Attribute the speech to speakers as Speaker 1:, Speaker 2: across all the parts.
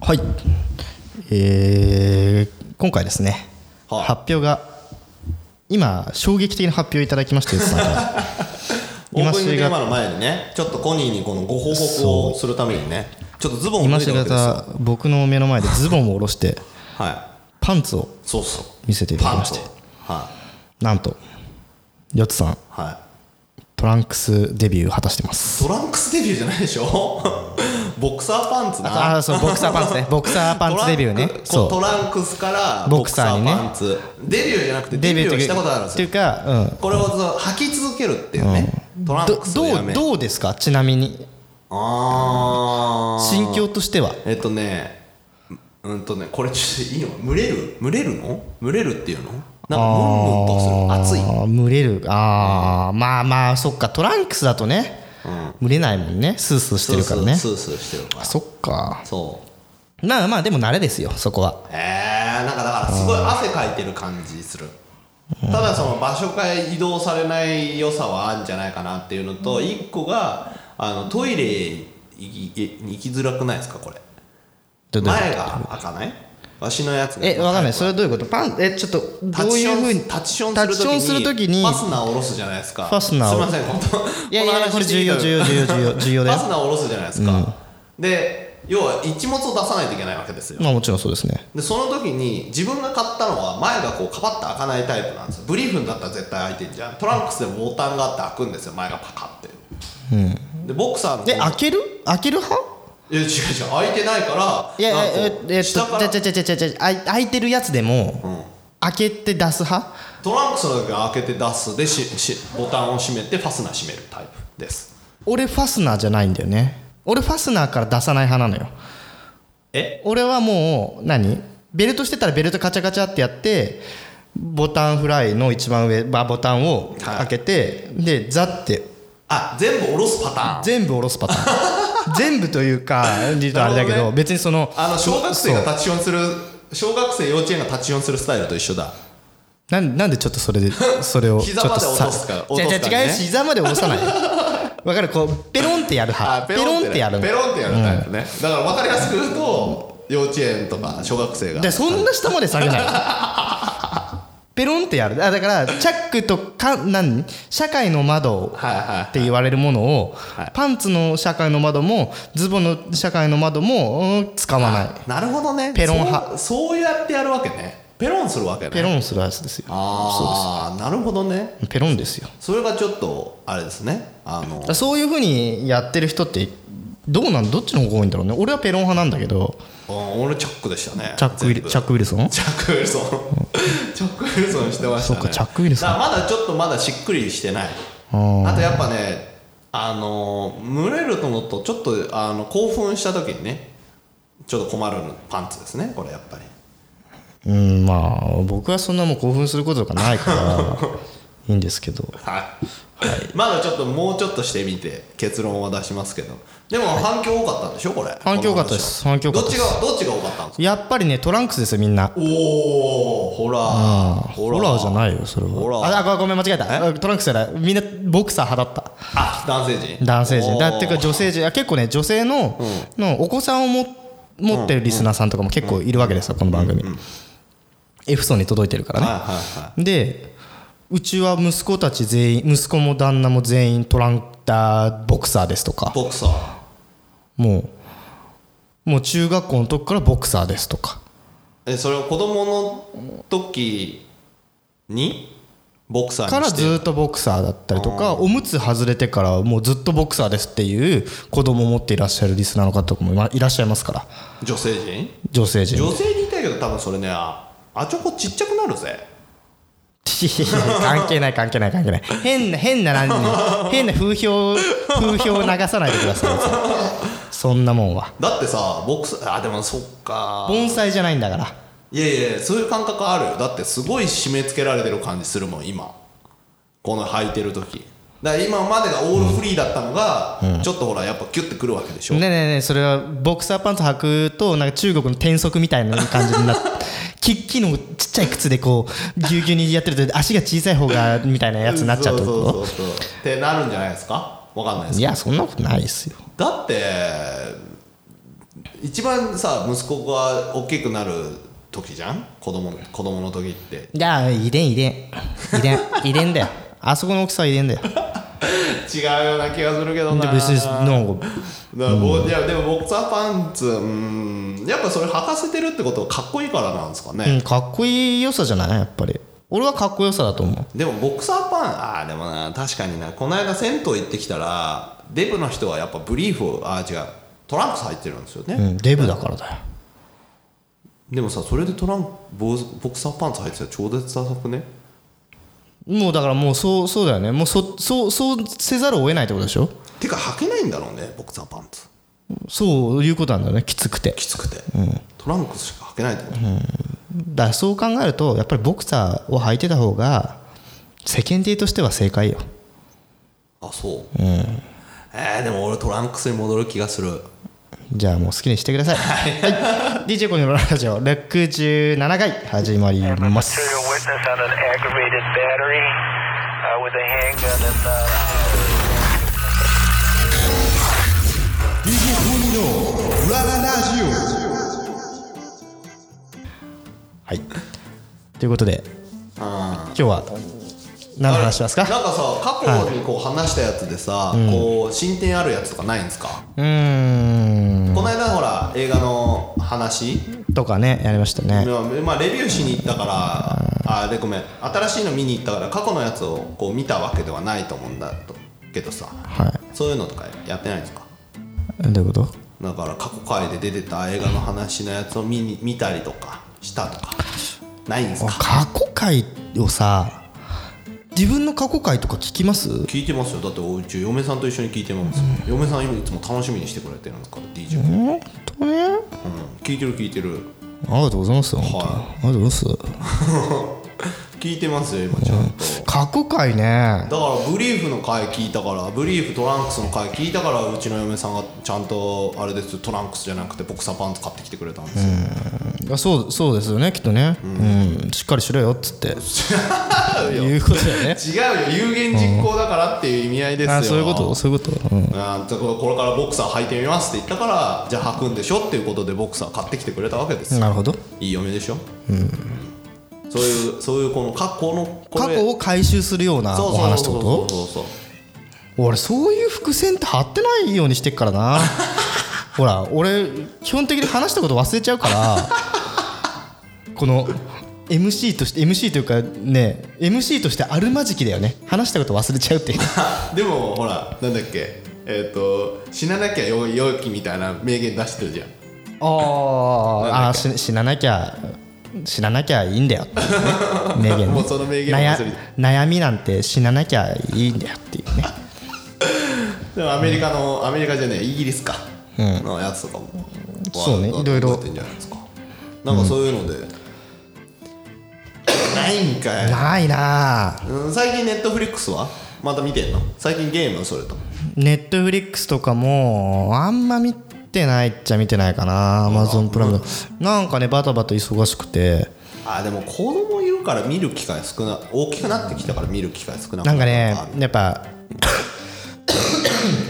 Speaker 1: はい、えー今回ですね、
Speaker 2: はい
Speaker 1: 発表が今衝撃的な発表をいただきま してさんが
Speaker 2: オープニングテー
Speaker 1: 今し
Speaker 2: マ
Speaker 1: が
Speaker 2: の前にねちょっとコニーにこのご報告をするためにねちょっとズボンを
Speaker 1: 今
Speaker 2: 脱
Speaker 1: し
Speaker 2: いだわ
Speaker 1: が
Speaker 2: けですよ
Speaker 1: た僕の目の前でズボンを下ろして
Speaker 2: は
Speaker 1: パンツを
Speaker 2: いそうそう
Speaker 1: 見せていただき
Speaker 2: パン
Speaker 1: ま
Speaker 2: ツ
Speaker 1: し
Speaker 2: を
Speaker 1: て
Speaker 2: はい
Speaker 1: なんとヨッツさん
Speaker 2: はい
Speaker 1: トランクスデビュー果たしてます
Speaker 2: トランクスデビューじゃないでしょボクサーパンツな
Speaker 1: ああそうボクサーパンツ ねボクサーパンツデビューね
Speaker 2: トランクこうト
Speaker 1: そ
Speaker 2: ランクスからボ
Speaker 1: ボク
Speaker 2: クサ
Speaker 1: サ
Speaker 2: ー
Speaker 1: ーにね
Speaker 2: パンツデビューじゃなくて
Speaker 1: う
Speaker 2: デビュー
Speaker 1: と
Speaker 2: を
Speaker 1: いう
Speaker 2: したことあるん
Speaker 1: かっ
Speaker 2: です
Speaker 1: てい
Speaker 2: よ
Speaker 1: うかうん
Speaker 2: これをずっと履き続けるっていうね、トラン
Speaker 1: ど
Speaker 2: クスをや
Speaker 1: ど
Speaker 2: め
Speaker 1: うどうですかちなみに
Speaker 2: ああ
Speaker 1: 心境としては
Speaker 2: えっとねうんとねこれちょっといいの蒸れる蒸れるの蒸れるっていうのなんかムンムンとする熱い
Speaker 1: あー蒸れるああ、まあまあそっかトランクスだとね、蒸れないもんねスースーしてるからね
Speaker 2: スースースースーしてるから
Speaker 1: そっか
Speaker 2: そう
Speaker 1: まあまあでも慣れですよそこは
Speaker 2: えー、なんかだからすごい汗かいてる感じするただその場所から移動されない良さはあるんじゃないかなっていうのと一個があのトイレに行き行きづらくないですかこれ
Speaker 1: どどう
Speaker 2: 前が開かないわしのやつが
Speaker 1: えわかんないそれはどういうことパンえちょっとど
Speaker 2: タッ
Speaker 1: う
Speaker 2: チ
Speaker 1: い
Speaker 2: シ
Speaker 1: うふう
Speaker 2: ョ
Speaker 1: に
Speaker 2: ンタッチション
Speaker 1: タッチション
Speaker 2: す
Speaker 1: す
Speaker 2: る
Speaker 1: る
Speaker 2: と
Speaker 1: と
Speaker 2: き
Speaker 1: き
Speaker 2: に
Speaker 1: に
Speaker 2: ファスナーを下ろすじゃないですか
Speaker 1: ファスナーを
Speaker 2: すみません本当
Speaker 1: いやいや
Speaker 2: の話
Speaker 1: これ重要
Speaker 2: してい
Speaker 1: 重
Speaker 2: い
Speaker 1: 要重要重要重要
Speaker 2: フ
Speaker 1: だ
Speaker 2: ァス
Speaker 1: よ
Speaker 2: ナーを下ろすじゃないですかで要は一物を出さないといけないわけですよ
Speaker 1: まあもちろんそうですね
Speaker 2: でその時に自分が買ったのは前がこうカパッと開かないタイプなんですよブリーフンだったら絶対開いてんじゃんトランクスでもボタンがあって開くんですよ前がパカッて、でボクサーの方
Speaker 1: で開ける開ける派
Speaker 2: いや違う違う開いてないから
Speaker 1: いや
Speaker 2: なん
Speaker 1: え
Speaker 2: か
Speaker 1: ええっとじ
Speaker 2: 下か
Speaker 1: ゃ
Speaker 2: ら
Speaker 1: じゃじゃじゃじゃあい開いてるやつでも、開けて出す派
Speaker 2: トランクスの時は開けて出すでししボタンを閉めてファスナー閉めるタイプです
Speaker 1: 俺ファスナーじゃないんだよね俺ファスナーから出さない派なのよ
Speaker 2: え
Speaker 1: 俺はもう何ベルトしてたらベルトカチャカチャってやってボタンフライの一番上ばボタンを開けて、でザッて
Speaker 2: あ全部下ろすパターン
Speaker 1: 全部下ろすパタ ーン全部というか実はあれだけ
Speaker 2: なるほ
Speaker 1: ど
Speaker 2: どね
Speaker 1: 別にその
Speaker 2: あの小学生が
Speaker 1: そう
Speaker 2: 立ちションする小学生幼稚園が立ちションするスタイルと一緒だ
Speaker 1: なんなんでちょっとそれでそれを
Speaker 2: 膝
Speaker 1: ちょ
Speaker 2: ま
Speaker 1: っ
Speaker 2: で
Speaker 1: と
Speaker 2: 落とすから
Speaker 1: じゃ
Speaker 2: 落とすからね
Speaker 1: 違うし膝まで下ろさないわかるこうペロンってやる派
Speaker 2: あ
Speaker 1: ペロンってやるの
Speaker 2: ペロンってやるタイプね、だから分かりやすく言うと幼稚園とか小学生が
Speaker 1: でそんな下まで下げないペロンってやるあだからチャックとか何社会の窓
Speaker 2: はいはい
Speaker 1: って言われるものを
Speaker 2: い
Speaker 1: パンツの社会の窓もズボンの社会の窓もうん使わない
Speaker 2: なるほどね
Speaker 1: ペロン派
Speaker 2: そうそうやってやるわけねペロンするわけね
Speaker 1: ペロンするやつですよ
Speaker 2: ああなるほどね
Speaker 1: ペロンですよ
Speaker 2: それがちょっとあれですねあの
Speaker 1: だそういうふうにやってる人ってどうなんどっちの方が多いんだろうね俺はペロン派なんだけど
Speaker 2: うん俺チャックでしたね
Speaker 1: チャックウィルチャックウィルソン
Speaker 2: チャック・ウィルソンチャック・ウィルソンしてましたね
Speaker 1: そうかチャックウィルソン
Speaker 2: だからまだちょっとまだしっくりしてないあとやっぱねあのー蒸れるのとちょっとあの興奮した時にねちょっと困るパンツですねこれやっぱり
Speaker 1: うんまあ僕はそんなもう興奮することとかないから いいんですけど
Speaker 2: はい、 まだちょっともうちょっとしてみて結論は出しますけどでも反響多かったんでしょこれ
Speaker 1: 反響多かったです
Speaker 2: この
Speaker 1: 反
Speaker 2: 話
Speaker 1: 響多かったです
Speaker 2: どっちがどっちが多かったんですか
Speaker 1: やっぱりねトランクスですよみんな
Speaker 2: おおほらほ
Speaker 1: ホラーじゃ
Speaker 2: い
Speaker 1: ないよそれは
Speaker 2: ホラー
Speaker 1: ああごめん間違えたあトランクスじゃないみんなボクサー派だっ
Speaker 2: あ男性陣
Speaker 1: た男性陣だっていうか
Speaker 2: 性
Speaker 1: 女性陣 あ結構ね女性の,、のお子さんをも持ってるリスナーさんとかも結構いるわけですよこの番組、F 層に届いてるからね、
Speaker 2: はいはいはい
Speaker 1: でうちは息子たち全員息子も旦那も全員トランタボクサーですとか
Speaker 2: ボクサー
Speaker 1: もうもう中学校の時からボクサーですとか
Speaker 2: えそれは子供の時にボクサーにし
Speaker 1: か
Speaker 2: て
Speaker 1: らずっとボクサーだったりとかおむつ外れてからもうずっとボクサーですっていう子供を持っていらっしゃるリスナーの方とかも今いらっしゃいますから
Speaker 2: 女性陣
Speaker 1: 女性陣
Speaker 2: 女性にいたいけど多分それねああちょこちっちゃくなるぜ
Speaker 1: いや関係ない関係ない関係ない変な変な何人変な風評風評を流さないでくださいそんなもんは
Speaker 2: だってさボクサーあでもそっか
Speaker 1: 盆栽じゃないんだから
Speaker 2: いやいやそういう感覚あるよだってすごい締め付けられてる感じするもん今この履いてる時だから今までがオールフリーだったのが、ちょっとほらやっぱキュッてくるわけでしょ、
Speaker 1: ねえねえねえそれはボクサーパンツ履くとなんか中国の転足みたいな感じになって 木木のちっちゃい靴でこうぎゅうぎゅうにやってると足が小さい方がみたいなやつになっちゃうってこと
Speaker 2: そうそうそうそうってなるんじゃないですかわかんないですけど
Speaker 1: いやそんなことないですよ
Speaker 2: だって一番さ息子が大きくなる時じゃん子供の子供の時って
Speaker 1: いや遺伝遺伝遺伝 遺伝だよあそこの大きさは遺伝だよ
Speaker 2: 違うような気がするけどな
Speaker 1: で別になんか
Speaker 2: だからぼいやでもボクサーパンツうんやっぱそれ履かせてるってことはかっこいいからなんですか
Speaker 1: う
Speaker 2: ね、
Speaker 1: ん、かっこいい良さじゃないやっぱり俺はかっこよさだと思う
Speaker 2: でもボクサーパンああーでもな確かになこの間銭湯行ってきたらデブの人はやっぱブリーフをあー違うトランクス入ってるんですよね、
Speaker 1: うん、デブだからだよ
Speaker 2: でもさそれでトランクボボクサーパンツ履いてたら超絶ダサくね
Speaker 1: もうだからもうそうそうだよねもうそそうそうせざるを得ないってことでしょ
Speaker 2: てか履けないんだろうねボクサーパンツ
Speaker 1: そういうことなんだよねきつくて
Speaker 2: きつくて、トランクスしか履けないってこと、
Speaker 1: だからそう考えるとやっぱりボクサーを履いてた方が世間体としては正解よ
Speaker 2: あそう、えー、でも俺トランクスに戻る気がする
Speaker 1: じゃあもう好きにしてください、はい、DJ コニョのラジオ67回始まり
Speaker 3: I'm a
Speaker 1: ます
Speaker 3: material witness on an aggravated battery uh, with a handgun and. Uh,
Speaker 4: DJ トミーの裏ラジオ
Speaker 1: はいということで今日は何の話しますか
Speaker 2: なんかさ過去にこう話したやつでさ、こう進展あるやつとかないんですか、
Speaker 1: うーん
Speaker 2: この間ほら映画の話、
Speaker 1: とかねやりましたね
Speaker 2: まあまあ、レビューしに行ったからあでごめん新しいの見に行ったから過去のやつをこう見たわけではないと思うんだとけどさ
Speaker 1: は
Speaker 2: そういうのとかやってないんですか
Speaker 1: いどういうこと
Speaker 2: だから過去回で出てた映画の話のやつを見に見たりとかしたとかないんですか
Speaker 1: 過去回をさ自分の過去回とか聞きます
Speaker 2: 聞いてますよだっておうち嫁さんと一緒に聞いてますよ、嫁さんいつも楽しみにしてくれてるんですから DJ、うん
Speaker 1: 本当ねあ
Speaker 2: 聞いてる聞いてる
Speaker 1: りがとうございます本当に
Speaker 2: は
Speaker 1: ありがとうございます
Speaker 2: 聞いてますよ今ちゃんと
Speaker 1: 過去回ね
Speaker 2: だからブリーフの回聞いたからブリーフトランクスの回聞いたからうちの嫁さんがちゃんとあれですトランクスじゃなくてボクサーパンツ買ってきてくれたんですよ、
Speaker 1: いやそうそうですよねきっとねうん、しっかりしろよっつって いうこと だよね
Speaker 2: 違うよ有言実行だからっていう意味合いですよ、
Speaker 1: あそういうことそういうこと、うん、
Speaker 2: あーだからこれからボクサー履いてみますって言ったからじゃあ履くんでしょっていうことでボクサー買ってきてくれたわけですよ、
Speaker 1: なるほど
Speaker 2: いい嫁でしょ、そういうそういうこの過去のこ
Speaker 1: 過
Speaker 2: れ
Speaker 1: 去を回収するような
Speaker 2: そう
Speaker 1: お
Speaker 2: そう
Speaker 1: 話って
Speaker 2: そう
Speaker 1: こ
Speaker 2: そうそうそう
Speaker 1: と俺そういう伏線って貼ってないようにしてっから なほら俺基本的に話したこと忘れちゃうからこの MC として MC というかね MC としてあるまじきだよね話したこと忘れちゃうっていう
Speaker 2: あでもほらなんだっけえっ、と死ななきゃよよきみたいな名言出してるじゃん
Speaker 1: ああし死ななきゃ死ななきゃいいんだよっていう ね名言ね
Speaker 2: もうその名言を
Speaker 1: 悩
Speaker 2: 忘れて
Speaker 1: 悩みなんて死ななきゃいいんだよっていうね
Speaker 2: でもアメリカの、アメリカじゃねえイギリスか、のやつとかも
Speaker 1: そうね
Speaker 2: わー
Speaker 1: いろいろ
Speaker 2: なってんじゃないですかなんかそういうので、ないんかい
Speaker 1: ないなあ
Speaker 2: うん最近ネットフリックスはまた見てんの最近ゲームそれと
Speaker 1: ネットフリックスとかもあんま見てないっちゃ見てないかなアマゾンプライムなんかねバタバタ忙しくて
Speaker 2: あでも子供いるから見る機会少な大きくなってきたから見る機会少なく
Speaker 1: な
Speaker 2: った
Speaker 1: んかね
Speaker 2: あ
Speaker 1: やっ ぱ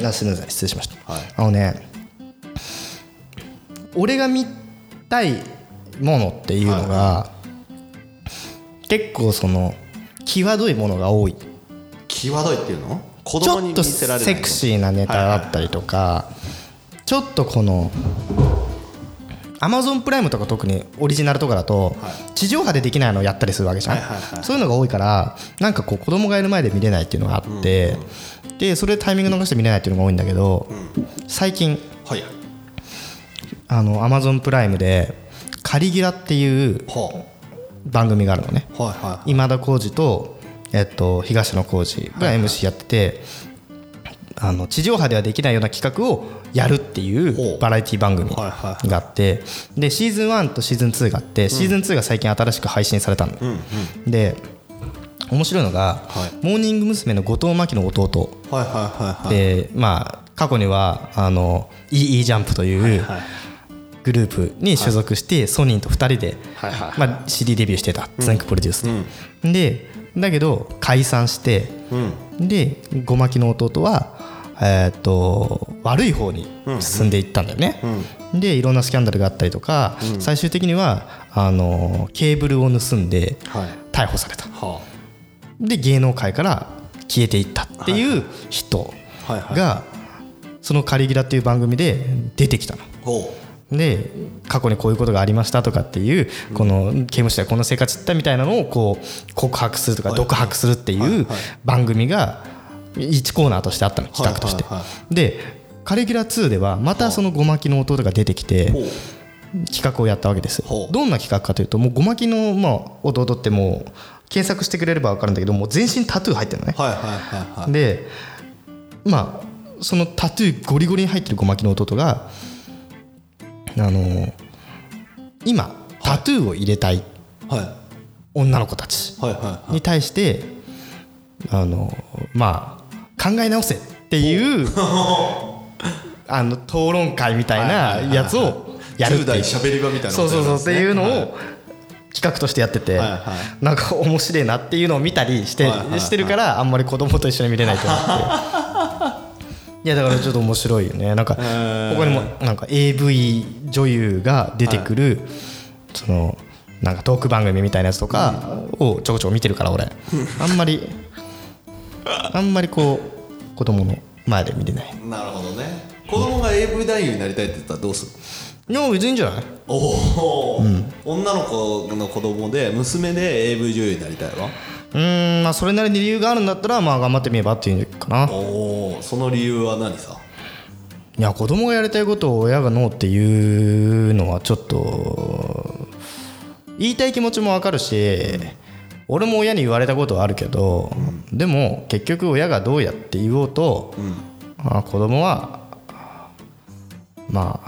Speaker 1: あすみません失礼しました、
Speaker 2: はい
Speaker 1: あのね俺が見たいものっていうのが、結構その際どいものが多い
Speaker 2: 際どいっていうの子
Speaker 1: ち
Speaker 2: 供
Speaker 1: ょ
Speaker 2: に
Speaker 1: っと
Speaker 2: 見せられない
Speaker 1: セクシーなネタだったりとか、ちょっとこの Amazon プライムとか特にオリジナルとかだと、地上波でできないのをやったりするわけじゃん、そういうのが多いからなんかこう子供がいる前で見れないっていうのがあって、でそれでタイミング逃して見れないっていうのが多いんだけど、最近
Speaker 2: はいはい
Speaker 1: あの Amazon プライムで「カリギュラ」っていう
Speaker 2: は
Speaker 1: 番組があるのね、
Speaker 2: あはいはい
Speaker 1: 今田耕司と、えっと、東野耕司が MC やってて、あの地上波ではできないような企画をやるってい
Speaker 2: ほ
Speaker 1: う
Speaker 2: う
Speaker 1: バラエティ番組
Speaker 2: はい
Speaker 1: が
Speaker 2: はい
Speaker 1: あってでシーズン1とシーズン2があってシーズン2が最近新しく配信されたの、で面白いのが、
Speaker 2: はい
Speaker 1: モーニング娘。の後藤真希の弟
Speaker 2: はいはいはいはい
Speaker 1: で、まあ、過去にはあの EE ジャンプという
Speaker 2: はい
Speaker 1: グループに所属してソニーと2人で、
Speaker 2: はいはいはい
Speaker 1: まあ、CD デビューしてた全国プロデュースで、でだけど解散して、でゴマキの弟は、えーっと悪い方に進んでいったんだよね、でいろんなスキャンダルがあったりとか、最終的にはあのケーブルを盗んで
Speaker 2: はい
Speaker 1: 逮捕された、
Speaker 2: は
Speaker 1: で芸能界から消えていったっていう人
Speaker 2: はいはい
Speaker 1: がその「カリギラ」っていう番組で出てきたの。
Speaker 2: あほ
Speaker 1: で過去にこういうことがありましたとかっていうこの刑務所でこんな生活してたみたいなのをこう告白するとか独白するっていう番組が1コーナーとしてあったの企画として
Speaker 2: はいはいは。
Speaker 1: で「カリギュラ2」ではまたそのゴマキの弟が出てきて
Speaker 2: うほう
Speaker 1: 企画をやったわけです
Speaker 2: ほう
Speaker 1: どんな企画かというともうゴマキのまあ弟ってもう検索してくれれば分かるんだけどもう全身タトゥー入ってるのね。
Speaker 2: はいはいはいはい
Speaker 1: でまあそのタトゥーゴリゴリに入ってるゴマキの弟があの今タトゥーを入れたい
Speaker 2: はい
Speaker 1: 女の子たち
Speaker 2: はいはい
Speaker 1: に対してあのまあ考え直せっていう あの討論会みたいなやつをやるってい
Speaker 2: 10
Speaker 1: う
Speaker 2: 代しゃべり場みたいな
Speaker 1: そうそうそうっていうのを企画としてやってて、
Speaker 2: はいは
Speaker 1: なんか面白いなっていうのを見たりして、
Speaker 2: はいはいはい
Speaker 1: してるからあんまり子供と一緒に見れないと思 って。いやだからちょっと面白いよねなんか
Speaker 2: ー
Speaker 1: 他にもなんか AV 女優が出てくる、そのなんかトーク番組みたいなやつとかをちょこちょこ見てるから俺あんまりあんまりこう子供の前で見れない
Speaker 2: なるほどね子供が AV 男優になりたいって言ったらどうす
Speaker 1: い
Speaker 2: る
Speaker 1: や別にいいんじゃない
Speaker 2: おお、女の子の子供で娘で AV 女優になりたいわ
Speaker 1: うーんまあそれなりに理由があるんだったらまあ頑張ってみればっていうかな
Speaker 2: おおその理由は何さ
Speaker 1: いや子供がやりたいことを親がノーっていうのはちょっと言いたい気持ちもわかるし俺も親に言われたことはあるけど、でも結局親がどうやって言おうと、あ子供はま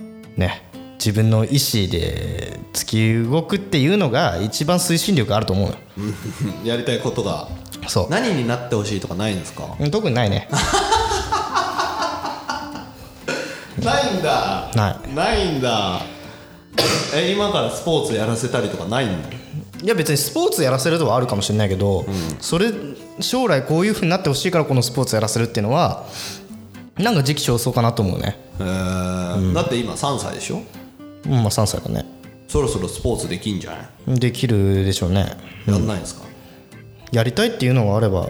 Speaker 1: あね自分の意思で突き動くっていうのが一番推進力あると思うのよ
Speaker 2: うん やりたいことが
Speaker 1: そ
Speaker 2: 何になってほしいとかないんですか
Speaker 1: ううん特にないね
Speaker 2: ないんだ
Speaker 1: ない
Speaker 2: ないんだえ今からスポーツやらせたりとかないんだ
Speaker 1: いや別にスポーツやらせるとはあるかもしれないけど、それ将来こういうふうになってほしいからこのスポーツやらせるっていうのはなんか時期尚早かなと思うね
Speaker 2: えーだって今3歳でしょ
Speaker 1: うんまあ3歳だね
Speaker 2: そろそろスポーツできんじゃない
Speaker 1: できるでしょうね
Speaker 2: やんないんですか、
Speaker 1: やりたいっていうのがあれば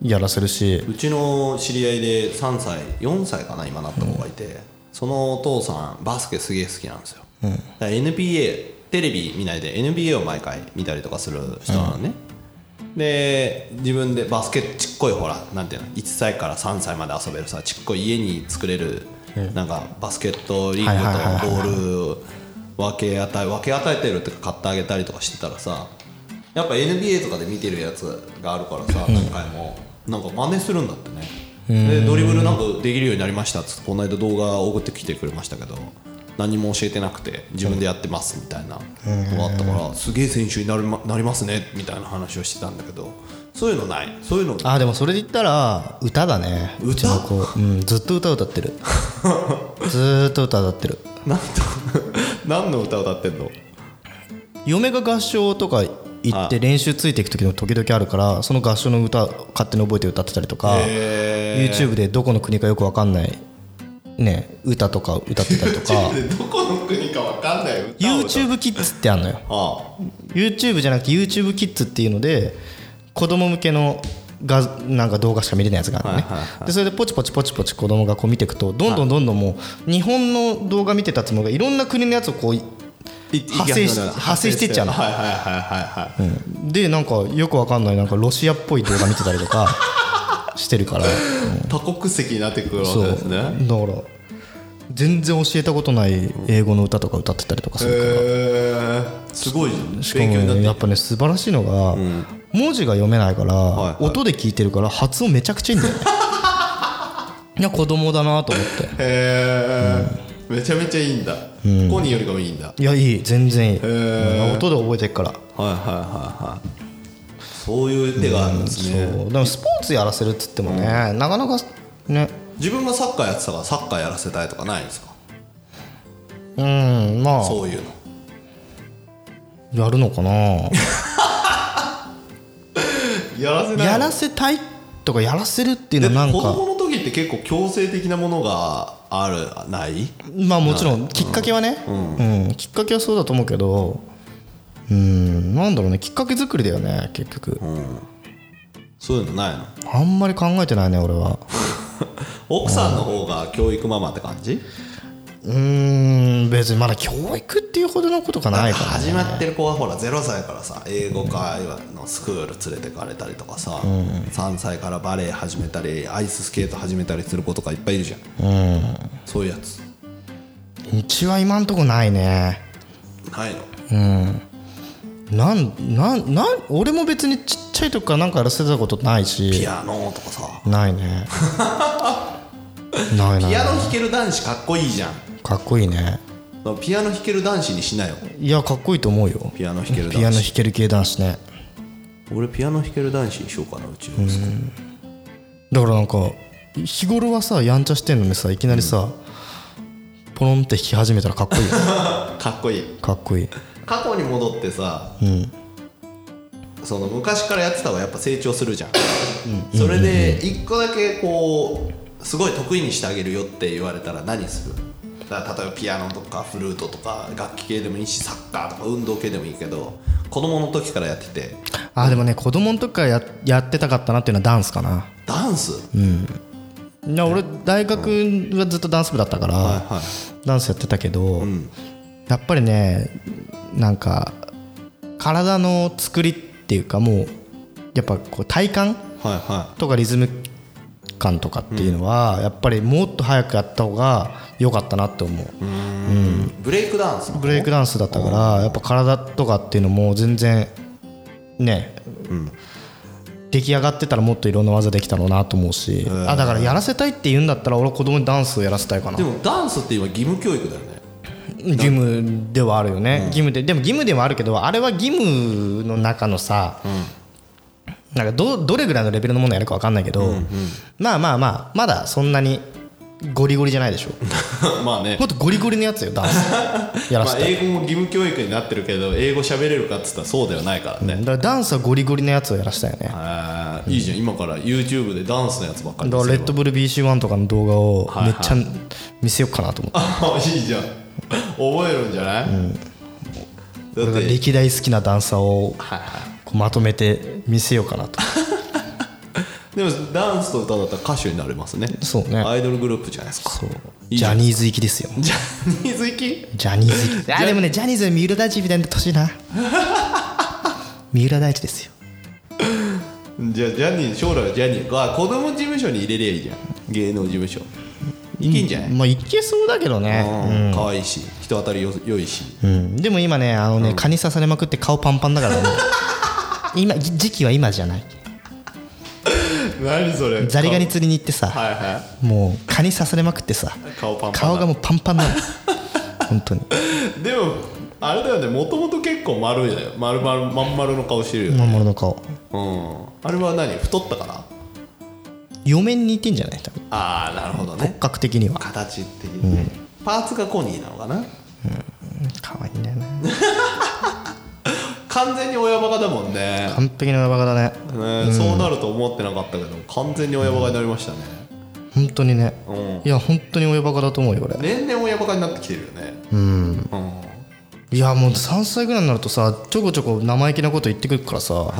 Speaker 1: やらせるし
Speaker 2: うちの知り合いで3歳4歳かな今なった子がいて、そのお父さんバスケすげえ好きなんですよ、だから NBA テレビ見ないで NBA を毎回見たりとかする人なのね、で自分でバスケちっこいほらなんていうの1歳から3歳まで遊べるさちっこい家に作れる、なんかバスケットリング
Speaker 1: はいはいはい
Speaker 2: とボール分け与え分け与えてるってか買ってあげたりとかしてたらさやっぱ NBA とかで見てるやつがあるからさ何回もなんか真似するんだってねでドリブルなんかできるようになりましたっつってこの間動画送ってきてくれましたけど何も教えてなくて自分でやってますみたいなのがあったからすげえ選手になり,、ま、なりますねみたいな話をしてたんだけどそういうのないそういうの
Speaker 1: あでもそれで言ったら歌だね
Speaker 2: 歌
Speaker 1: うちの子、うん、ずっと歌歌ってるずーっと歌歌ってる
Speaker 2: なんと 何の歌を歌ってんの
Speaker 1: 嫁が合唱とか行って練習ついていく時の時々あるからその合唱の歌勝手に覚えて歌ってたりとか YouTube でどこの国かよく分かんないね歌とか 歌ってたりとか
Speaker 2: どこの国かわかんない歌を歌う
Speaker 1: YouTube キッズってあるのよ
Speaker 2: あ
Speaker 1: YouTube じゃなくて YouTube キッズっていうので子供向けのがなんか動画しか見れないやつがあるのね、でそれでポチポチポチポチ子供がこう見ていくとどんどんどんどんもう日本の動画見てたつもりがいろんな国のやつをこう
Speaker 2: あ
Speaker 1: 派生し派生してっちゃうの
Speaker 2: はいはいはいはいはい、
Speaker 1: でなんかよくわかんないなんかロシアっぽい動画見てたりとかしてるから、
Speaker 2: 多国籍になってくるわ
Speaker 1: そう
Speaker 2: け
Speaker 1: だ
Speaker 2: です
Speaker 1: か
Speaker 2: ね
Speaker 1: ら全然教えたことない英語の歌とか歌ってたりとかするから、
Speaker 2: へーすごい
Speaker 1: しかも
Speaker 2: 勉強になって
Speaker 1: ねやっぱね素晴らしいのが、文字が読めないから、
Speaker 2: いはい
Speaker 1: 音で聞いてるから発音めちゃくちゃいいん だよねいや子供だなと思って
Speaker 2: へえ、めちゃめちゃいいんだ、コニーよりかもいいんだはい
Speaker 1: いやいい全然いい、うん音で覚えてるから、
Speaker 2: はいはいはいそういう手があるんですね、
Speaker 1: そうでもスポーツやらせるっつってもね、なかなかね
Speaker 2: 自分がサッカーやってたからサッカーやらせたいとかないんですか
Speaker 1: うんまあ
Speaker 2: そういうの
Speaker 1: やるの かな
Speaker 2: やらせない
Speaker 1: やらせたいとかやらせるっていう
Speaker 2: で
Speaker 1: のはなん
Speaker 2: 子
Speaker 1: か
Speaker 2: 供の時って結構強制的なものがあるない
Speaker 1: まあもちろんきっかけはね、うんきっかけはそうだと思うけどうんなんだろうねきっかけ作りだよね結局
Speaker 2: そういうのないの
Speaker 1: あんまり考えてないね俺は
Speaker 2: 奥さんの方が教育ママって感じ
Speaker 1: うーん別にまだ教育っていうほどのことがないから、
Speaker 2: 始
Speaker 1: ね、
Speaker 2: まってる子はほら0歳からさ英語会話のスクール連れてかれたりとかさ、3歳からバレエ始めたりアイススケート始めたりする子とかいっぱいいるじゃん、そういうやつ
Speaker 1: うちは今んとこないね
Speaker 2: ないの
Speaker 1: なんなんなん俺も別にちっちゃい時からなんかやらせてたことない
Speaker 2: ピ
Speaker 1: し
Speaker 2: アノとかさ
Speaker 1: ない ねないない
Speaker 2: ピアノ弾ける男子かっこいいじゃん
Speaker 1: かっこいいね
Speaker 2: ピアノ弾ける男子にしなよ
Speaker 1: いやかっこいいと思うよ
Speaker 2: ピアノ弾ける
Speaker 1: ピア
Speaker 2: 男
Speaker 1: ノ弾
Speaker 2: 子
Speaker 1: ける系男子ね
Speaker 2: 俺ピアノ弾ける男子にしようかなうちの息子
Speaker 1: だからなんか日頃はさやんちゃしてんのにさいきなりさ、ポロンって弾き始めたらかっこいいよ
Speaker 2: かっこいい
Speaker 1: かっこいい
Speaker 2: 過去に戻ってさ、その昔からやってた方がやっぱ成長するじゃん、それで一個だけこうすごい得意にしてあげるよって言われたら何するだから例えばピアノとかフルートとか楽器系でもいいしサッカーとか運動系でもいいけど子供の時からやってて
Speaker 1: あーでもね子供の時からややってたかったなっていうのはダンスかな
Speaker 2: ダンス、
Speaker 1: いや俺大学はずっとダンス部だったから、
Speaker 2: はいはい
Speaker 1: ダンスやってたけど、やっぱりねなんか体の作りっていうかもうやっぱこう体感
Speaker 2: はいは
Speaker 1: とかリズム感とかっていうのは、やっぱりもっと早くやった方が良かったなって思う、
Speaker 2: い、ブレイクダンスの
Speaker 1: ブレイクダンスだったからやっぱ体とかっていうのも全然ね、出来上がってたらもっといろんな技できたろうなと思うしあだからやらせたいって言うんだったら俺は子供にダンスをやらせたいかな
Speaker 2: でもダンスって今義務教育だよね
Speaker 1: 義務ではあるよね、義務ででも義務ではあるけどあれは義務の中のさ、なんかどどれぐらいのレベルのものやるか分かんないけど、まあまあまあまだそんなにゴリゴリじゃないでしょ
Speaker 2: まあね
Speaker 1: もっとゴリゴリのやつよダン スやら
Speaker 2: ま
Speaker 1: せ
Speaker 2: あ、
Speaker 1: たい、
Speaker 2: 英語も義務教育になってるけど英語喋れるかっつったらそうではないからね、
Speaker 1: だからダンスはゴリゴリのやつをやらせたいよね
Speaker 2: あーいいじゃん今から YouTube でダンスのやつばっかり
Speaker 1: だからレッドブル BC1 とかの動画を
Speaker 2: いはい
Speaker 1: めっちゃ見せようかなと思って、
Speaker 2: あ いいじゃん覚えるんじゃない、だっ
Speaker 1: 俺が
Speaker 2: て
Speaker 1: 歴代好きなダンサーをこうまとめて見せようかなと
Speaker 2: でもダンスと歌だったら歌手になれますね
Speaker 1: そうね
Speaker 2: アイドルグループじゃないですか
Speaker 1: そう
Speaker 2: い
Speaker 1: ジ
Speaker 2: いじゃ
Speaker 1: ャ
Speaker 2: ん
Speaker 1: ニーズ行きですよ
Speaker 2: ジャニーズ行き
Speaker 1: ジャニー ズ行きあでもねジャニーズは三浦大知みたいな年な三浦大知ですよ
Speaker 2: じゃあジャニー将来はジャニーあ子供事務所に入れりゃいいじゃん芸能事務所いきんじゃない、
Speaker 1: まあいけそうだけどね、
Speaker 2: うん可愛いし人当たりよ良いし
Speaker 1: うん、でも今ねあのね、蚊に刺されまくって顔パンパンだから ね今時期は今じゃない
Speaker 2: 何それ
Speaker 1: ザリガニ釣りに行ってさ、
Speaker 2: はいは
Speaker 1: もう蚊に刺されまくってさ
Speaker 2: い顔パンパンだ
Speaker 1: 顔がもうパンパンなの 本当に
Speaker 2: でもあれだよねもともと結構丸いだよ丸丸まん丸の顔してるよね、
Speaker 1: 本物の顔
Speaker 2: うん、あれは何太ったから
Speaker 1: 嫁に似てんじゃない多分
Speaker 2: ああなるほど
Speaker 1: 骨
Speaker 2: ね
Speaker 1: 格的には
Speaker 2: 形的にね、パーツがコニーなのかな
Speaker 1: 可愛いんだよね
Speaker 2: 完全に親バカだもんね
Speaker 1: 完璧なバカだね
Speaker 2: ねそうなると思ってなかったけど完全に親バカになりましたね、
Speaker 1: 本当にね、
Speaker 2: うん
Speaker 1: いや本当に親バカだと思うよ俺、
Speaker 2: 年々親バカになってきてるよねうん、はい
Speaker 1: いやもう3歳ぐらいになるとさちょこちょこ生意気なこと言ってくるからさ
Speaker 2: は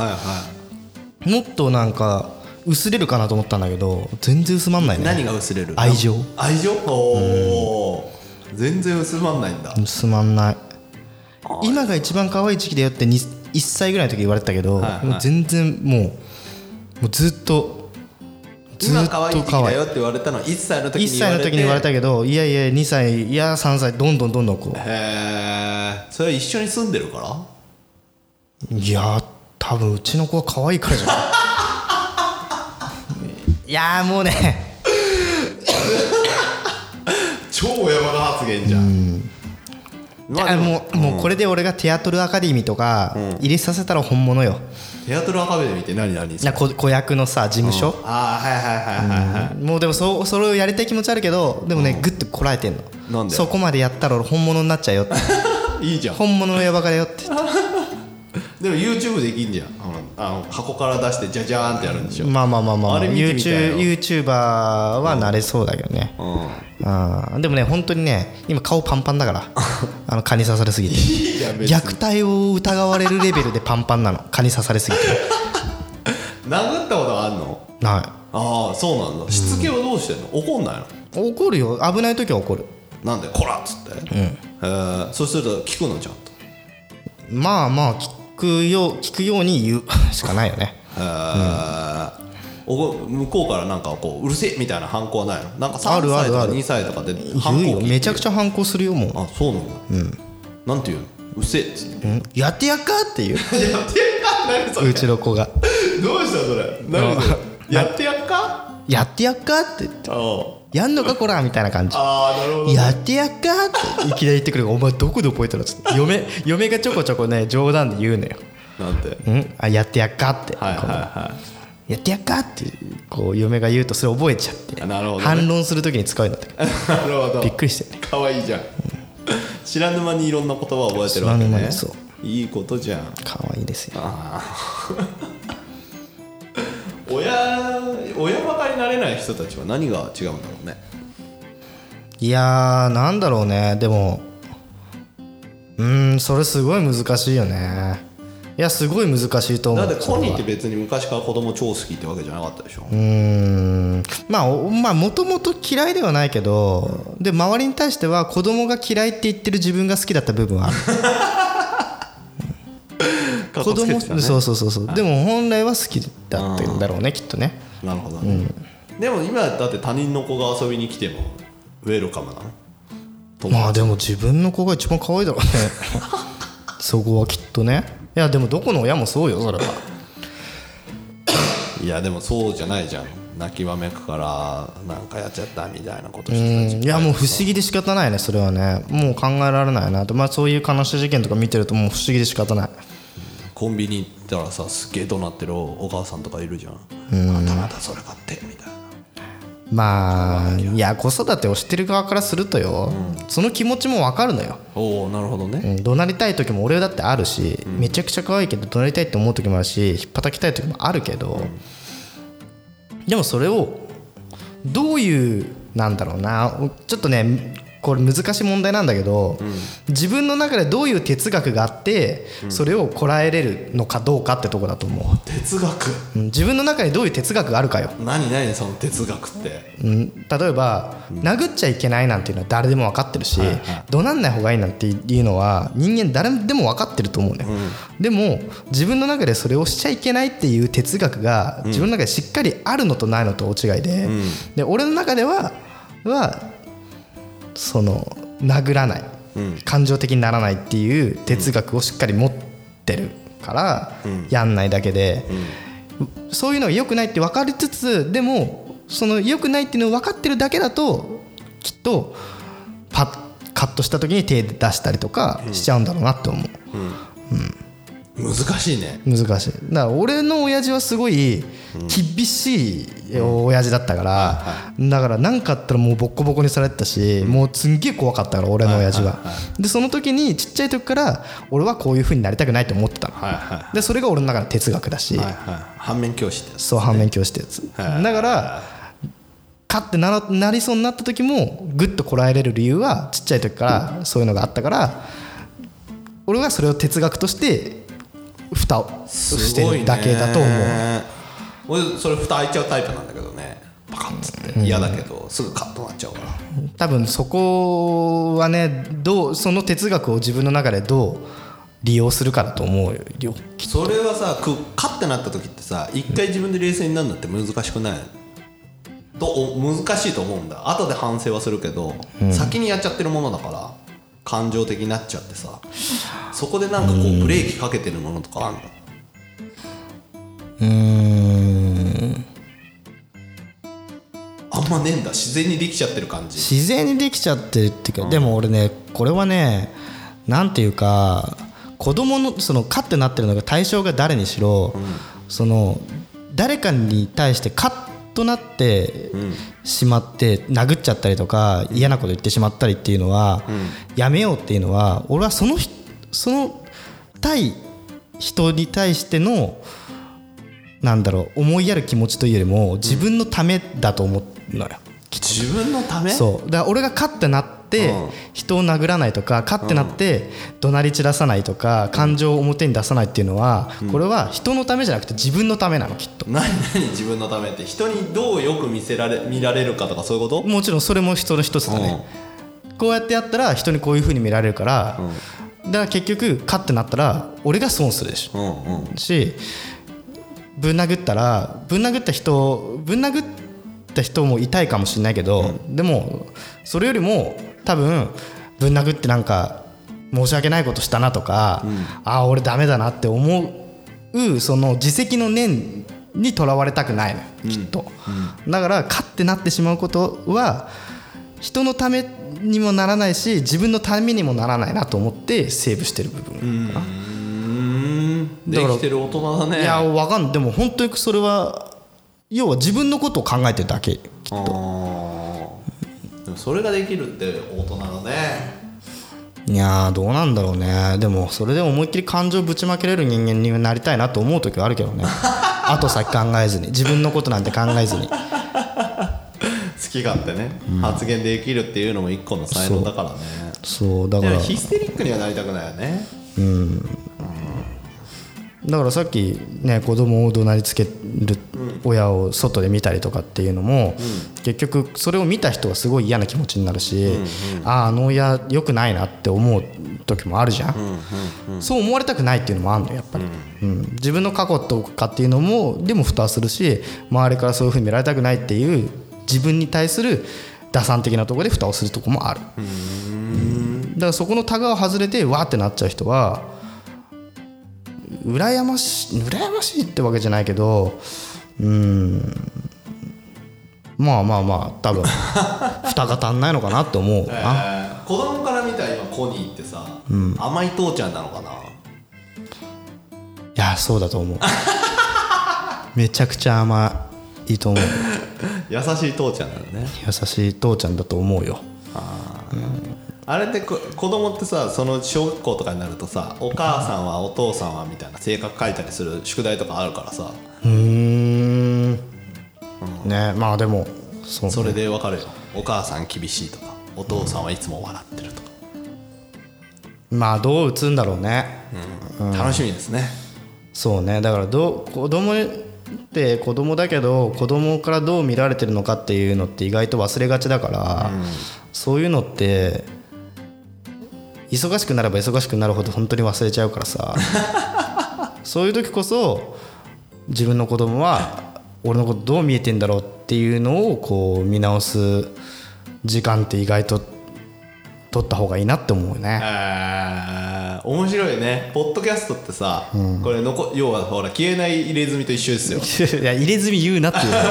Speaker 1: もっとなんか薄れるかなと思ったんだけど全然薄まんない
Speaker 2: い
Speaker 1: ね
Speaker 2: 何が薄れる
Speaker 1: 愛情
Speaker 2: 愛情おお全然薄まんないんだ
Speaker 1: 薄まんない今が一番可愛い時期だよってに1歳ぐらいの時言われてたけど、
Speaker 2: はいはい
Speaker 1: もう全然もうもうずっとずっ
Speaker 2: 今
Speaker 1: と
Speaker 2: 可愛い時期だよって言われたの1歳の
Speaker 1: 1
Speaker 2: 時に言わ
Speaker 1: 歳
Speaker 2: れ
Speaker 1: の
Speaker 2: て
Speaker 1: 時に言われたけどいやいや2歳いや3歳どんどんどんどんこ
Speaker 2: へえそれは一緒に住んでるから
Speaker 1: ういやー多分うちの子は可愛いからじゃないい やーもうね
Speaker 2: 超親バカ発言じゃんまあ
Speaker 1: あ
Speaker 2: でも
Speaker 1: もうもうこれで俺がテアトルアカデミーとか入れさせたら本物よ
Speaker 2: テアトルアカデミーって何何
Speaker 1: な子子役のさ事務所
Speaker 2: ああはいはいはいはいはい
Speaker 1: もうでもそそれをやりたい気持ちあるけどでもねグッとこらえてんの
Speaker 2: なんで
Speaker 1: そこまでやったら俺本物になっちゃう よって
Speaker 2: いいじゃん
Speaker 1: 本物の親バカだよって
Speaker 2: でも YouTube できんじゃんあのあの箱から出してジャジャーンってやるんでしょ
Speaker 1: まあまあまあまあ
Speaker 2: あれ見てみたいよ
Speaker 1: YouTube YouTuber はなれそうだけどね
Speaker 2: うん
Speaker 1: あーでもね本当にね今顔パンパンだから あの蚊に刺されすぎて
Speaker 2: いや別に
Speaker 1: 虐待を疑われるレベルでパンパンなの蚊に刺されすぎて
Speaker 2: 殴ったことあんの
Speaker 1: は
Speaker 2: ああそうなんだしつけはどうしてんの怒んないの
Speaker 1: い怒るよ危ない時は怒る
Speaker 2: なんでこらっつって、えーそうすると聞くのちゃんと
Speaker 1: まあまあ聞くよう聞くように言う しかないよね
Speaker 2: えーおご向こうからなんかこううるせえみたいな反抗はないのなんか
Speaker 1: あ
Speaker 2: 3
Speaker 1: るあ
Speaker 2: 歳と
Speaker 1: る
Speaker 2: か
Speaker 1: ある
Speaker 2: 2歳とかで反
Speaker 1: 言う
Speaker 2: 抗
Speaker 1: よ
Speaker 2: 期
Speaker 1: めちゃくちゃ反抗するよもう
Speaker 2: あそうなんだ、なんて言うのうる せえっつって
Speaker 1: うんやってやっかっていう
Speaker 2: やってやっか何そう
Speaker 1: ちの子が
Speaker 2: れどうしたそれ何それやってやっか
Speaker 1: やってやっかって言って
Speaker 2: あー
Speaker 1: やんのかこらみたいな感じ
Speaker 2: あーなるほど
Speaker 1: やってやっかっていきなり言ってくるからお前どこで覚えたのつって嫁嫁がちょこちょこね冗談で言うのよ
Speaker 2: なんて
Speaker 1: うんあやってやっかって、
Speaker 2: はいはい
Speaker 1: この
Speaker 2: は
Speaker 1: やってやっかってこう嫁が言うとそれ覚えちゃって
Speaker 2: なるほどね
Speaker 1: 反論するときに使うんだって
Speaker 2: い なるほど
Speaker 1: びっくりしてね
Speaker 2: 可愛いじゃん知らぬ間にいろんな言葉を覚えてるわけ
Speaker 1: 知らぬ間
Speaker 2: ね
Speaker 1: にそう
Speaker 2: いいことじゃん
Speaker 1: 可愛いですよ
Speaker 2: 親親バカになれない人たちは何が違うんだろうね
Speaker 1: いやーなんだろうねでもうーんそれすごい難しいよねいやすごい難しいと思
Speaker 2: だ
Speaker 1: う
Speaker 2: ってコニーっ
Speaker 1: それ
Speaker 2: て
Speaker 1: は
Speaker 2: 別に昔から子供超好きってわけじゃなかったでしょ、
Speaker 1: うーんまあおまあもともと嫌いではないけどで周りに対しては子供が嫌いって言ってる自分が好きだった部分はある
Speaker 2: かっ こ
Speaker 1: 子
Speaker 2: つけ
Speaker 1: 供
Speaker 2: てたね
Speaker 1: そうそうそうそうでも本来は好きだったんだろうねきっとね
Speaker 2: なるほどね、でも今だって他人の子が遊びに来てもウェルカムなの友
Speaker 1: まあ
Speaker 2: 達
Speaker 1: でも自分の子が一番可愛い だろうねそこはきっとねいやでもどこの親もそうよそれはい
Speaker 2: やでもそうじゃないじゃん泣きわめくからなんかやっちゃったみたいなこと
Speaker 1: う
Speaker 2: してた
Speaker 1: んいやもう不思議で仕方ないねそれはねもう考えられないなとまあそういう悲しい事件とか見てるともう不思議で仕方ない
Speaker 2: コンビニ行ったらさすっげえ怒鳴ってるお母さんとかいるじゃんあんたまたそれ買ってみたいな
Speaker 1: まあいや子育てをしてる側からするとよ、その気持ちも分かるのよ、
Speaker 2: おおなるほど
Speaker 1: う
Speaker 2: ね、
Speaker 1: ん、怒鳴りたい時も俺だってあるし、めちゃくちゃ可愛いけど怒鳴りたいって思う時もあるしひっぱたきたい時もあるけど、でもそれをどういうなんだろうなちょっとねこれ難しい問題なんだけど、自分の中でどういう哲学があってそれをこらえれるのかどうかってとこだと思う
Speaker 2: 哲学
Speaker 1: うん、自分の中にどういう哲学があるかよ
Speaker 2: 何何その哲学って
Speaker 1: うん例えば、殴っちゃいけないなんていうのは誰でも分かってるし、怒鳴んない方がいいなんていうのは人間誰でも分かってると思うね、でも自分の中でそれをしちゃいけないっていう哲学が自分の中でしっかりあるのとないのと大違いで,、で俺の中でははその殴らない、感情的にならないっていう哲学をしっかり持ってるから、やんないだけで、そういうのが良くないって分かりつつでもその良くないっていうのを分かってるだけだときっとパッカッとした時に手出したりとかしちゃうんだろうなって思う、
Speaker 2: 難しいね
Speaker 1: 難しいだから俺の親父はすごい厳しい親父だったから、だから何かあったらもうボッコボコにされてたし、もうすんげえ怖かったから俺の親父は,、でその時にちっちゃい時から俺はこういう風になりたくないと思ってたの、
Speaker 2: はいは
Speaker 1: でそれが俺の中の哲学だし、
Speaker 2: いはいはい反面教師ってやつ
Speaker 1: そう反面教師ってやつだから勝ってならなりそうになった時もグッとこらえれる理由はちっちゃい時からそういうのがあったから俺はそれを哲学として蓋をしてるだけだと思う、
Speaker 2: う俺それ蓋開いちゃうタイプなんだけどねパカッつって嫌だけどすぐカッとなっちゃうから
Speaker 1: 多分そこはねどうその哲学を自分の中でどう利用するかだと思うよ
Speaker 2: それはさくカッてなった時ってさ一回自分で冷静になるのって難しくないとお難しいと思うんだ後で反省はするけど、先にやっちゃってるものだから感情的になっちゃってさそこでなんかこうブレーキかけてるものとかあるんだ
Speaker 1: うん
Speaker 2: あんまねえんだ自然にできちゃってる感じ
Speaker 1: 自然にできちゃってるっていうか、でも俺ねこれはねなんていうか子供のその勝ってなってるのが対象が誰にしろ、その誰かに対してカッとなってしまって、殴っちゃったりとか嫌なこと言ってしまったりっていうのは、やめようっていうのは俺はその人その対人に対してのなんだろう思いやる気持ちというよりも自分のためだと思うのよ、きっと
Speaker 2: 自分のため
Speaker 1: そうだから俺がカッてなって、
Speaker 2: うん
Speaker 1: 人を殴らないとかカッてなって、怒鳴り散らさないとか感情を表に出さないっていうのは、これは人のためじゃなくて自分のためなのきっと
Speaker 2: 何何自分のためって人にどうよく見せられ見られるかとかそういうこと
Speaker 1: もちろんそれも人の一つだね、こうやってやったら人にこういうふうに見られるから、だから結局カッてなったら俺が損するでしょ
Speaker 2: うんうんうん
Speaker 1: しぶん殴ったらぶん殴った人ぶん殴った人も痛いかもしれないけど、でもそれよりも多分ぶん殴ってなんか申し訳ないことしたなとか、ああ俺ダメだなって思うその自責の念にとらわれたくないのよきっと、だから勝ってなってしまうことは人のためにもならないし自分のためにもならないなと思ってセーブしてる部分、
Speaker 2: で
Speaker 1: だから
Speaker 2: きてる大人だね
Speaker 1: いやわかんないでも本当にそれは要は自分のことを考えてるだけ
Speaker 2: あーでもそれができるって大人だね
Speaker 1: いやーどうなんだろうねでもそれで思いっきり感情ぶちまけれる人間になりたいなと思う時はあるけど ね後先考えずに自分のことなんて考えずに
Speaker 2: 好き勝手ね、発言できるっていうのも一個の才能だからね
Speaker 1: そうだか
Speaker 2: で
Speaker 1: ら
Speaker 2: もヒステリックにはなりたくないよね
Speaker 1: だからさっきね子供を怒鳴りつける親を外で見たりとかっていうのも、結局それを見た人はすごい嫌な気持ちになるし、あああの親良くないなって思う時もあるじゃん,、そう思われたくないっていうのもあるのやっぱり、うん自分の過去とかっていうのもでも蓋するし周りからそういうふうに見られたくないっていう自分に対する打算的なところで蓋をするとこもある、だからそこのタガを外れてわーってなっちゃう人は羨ましい羨ましいってわけじゃないけどうーんまあまあまあ多 分蓋が足んないのかなって思う
Speaker 2: え
Speaker 1: な、
Speaker 2: ー子供から見た今コニーってさ、甘い父ちゃんなのかない
Speaker 1: やそうだと 思うめちゃくちゃ甘いと思う
Speaker 2: 優しい父ちゃんなのね
Speaker 1: 優しい父ちゃんだと思うよ
Speaker 2: あれってこ子供ってさその小学校とかになるとさお母さんはお父さんはみたいな性格書いたりする宿題とかあるからさ
Speaker 1: うーんねまあでもそう
Speaker 2: それで分かるよお母さん厳しいとかお父さんはいつも笑ってるとか、
Speaker 1: まあどう打つんだろうね、
Speaker 2: 楽しみですね
Speaker 1: そうねだからどう子供って子供だけど子供からどう見られてるのかっていうのって意外と忘れがちだから、そういうのって忙しくなれば忙しくなるほど本当に忘れちゃうからさそういう時こそ自分の子供は俺のことどう見えてんだろうっていうのをこう見直す時間って意外と取った方がいいなって思うよね。
Speaker 2: えー面白いねポッドキャストってさ、これ残要はほら消えない入れ墨と一緒 ですよ
Speaker 1: いや入れ墨言うなって いうだ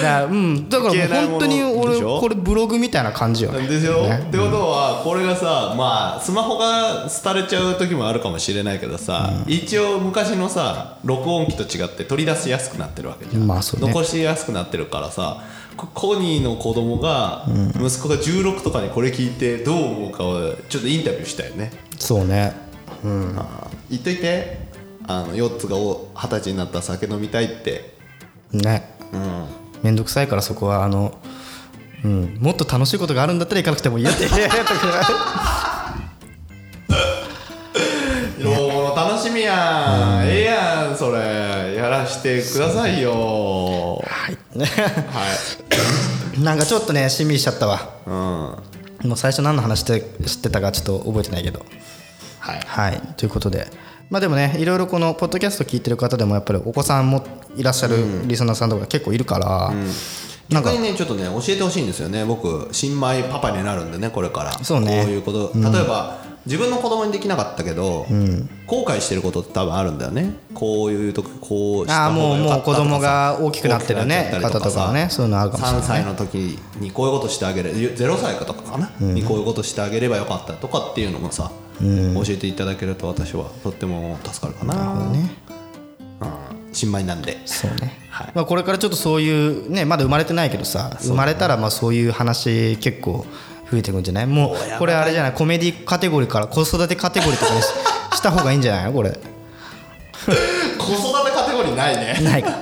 Speaker 1: からうんだからもう本当に
Speaker 2: 消えないもので
Speaker 1: 俺
Speaker 2: しょ
Speaker 1: これブログみたいな感じよ
Speaker 2: なん
Speaker 1: ね
Speaker 2: ですよ、ってことはこれがさまあスマホが廃れちゃう時もあるかもしれないけどさ、一応昔のさ録音機と違って取り出しやすくなってるわけじゃん、
Speaker 1: まあそうね
Speaker 2: 残しやすくなってるからさこコニーの子供が息子が16とかにこれ聞いてどう思うかをちょっとインタビューしたよね
Speaker 1: そうね
Speaker 2: 言っといてあの4つがお二十歳になったら酒飲みたいって
Speaker 1: ね面倒くさいからそこはあのうんもっと楽しいことがあるんだったら行かなくてもいいよって
Speaker 2: 老後の楽しみやんええやんそれやらしてくださいよはい
Speaker 1: なんかちょっとねしんみりしちゃったわ
Speaker 2: うん
Speaker 1: もう最初何の話して知ってたかちょっと覚えてないけど
Speaker 2: はい
Speaker 1: はいということでまあでもねいろいろこのポッドキャスト聞いてる方でもやっぱりお子さんもいらっしゃるリスナーさんとか結構いるから、なん
Speaker 2: 逆
Speaker 1: か
Speaker 2: にねちょっとね教えてほしいんですよね僕新米パパになるんでねこれから
Speaker 1: そうね
Speaker 2: こういうこと例えば、自分の子供にできなかったけど、後悔してることって多分あるんだよねこういうとここうし
Speaker 1: あー
Speaker 2: た方
Speaker 1: もう
Speaker 2: がよか
Speaker 1: も
Speaker 2: った
Speaker 1: う子供が大きくなってるね
Speaker 2: 大きくなっちゃった
Speaker 1: 方
Speaker 2: り
Speaker 1: とかはねそういうのあるかもしれない
Speaker 2: 3歳の時にこういうことしてあげれ0歳かとかかな、にこういうことしてあげればよかったとかっていうのもさ、教えていただけると私はとっても助かるかな
Speaker 1: ね
Speaker 2: うん新米なんで
Speaker 1: そうね、
Speaker 2: はい
Speaker 1: まあ、これからちょっとそういうねまだ生まれてないけどさ、生まれたらまあそういう話結構増えてくんじゃないもうこれあれじゃないコメディカテゴリーから子育てカテゴリーとか にしした方がいいんじゃないのこれ
Speaker 2: 子育てカテゴリーないね
Speaker 1: ないか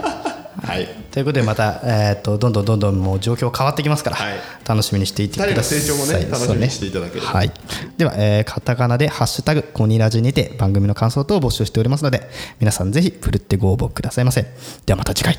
Speaker 2: はい
Speaker 1: ということでまた、えー、とどんどんどんどんもう状況変わってきますから、
Speaker 2: はい
Speaker 1: 楽しみにしていてください
Speaker 2: 二人の成長もね楽しみにしていただければ
Speaker 1: そうねはい、では、えーカタカナで「ハッシュタグコニラジ」にて番組の感想等を募集しておりますので皆さんぜひふるってご応募くださいませではまた次回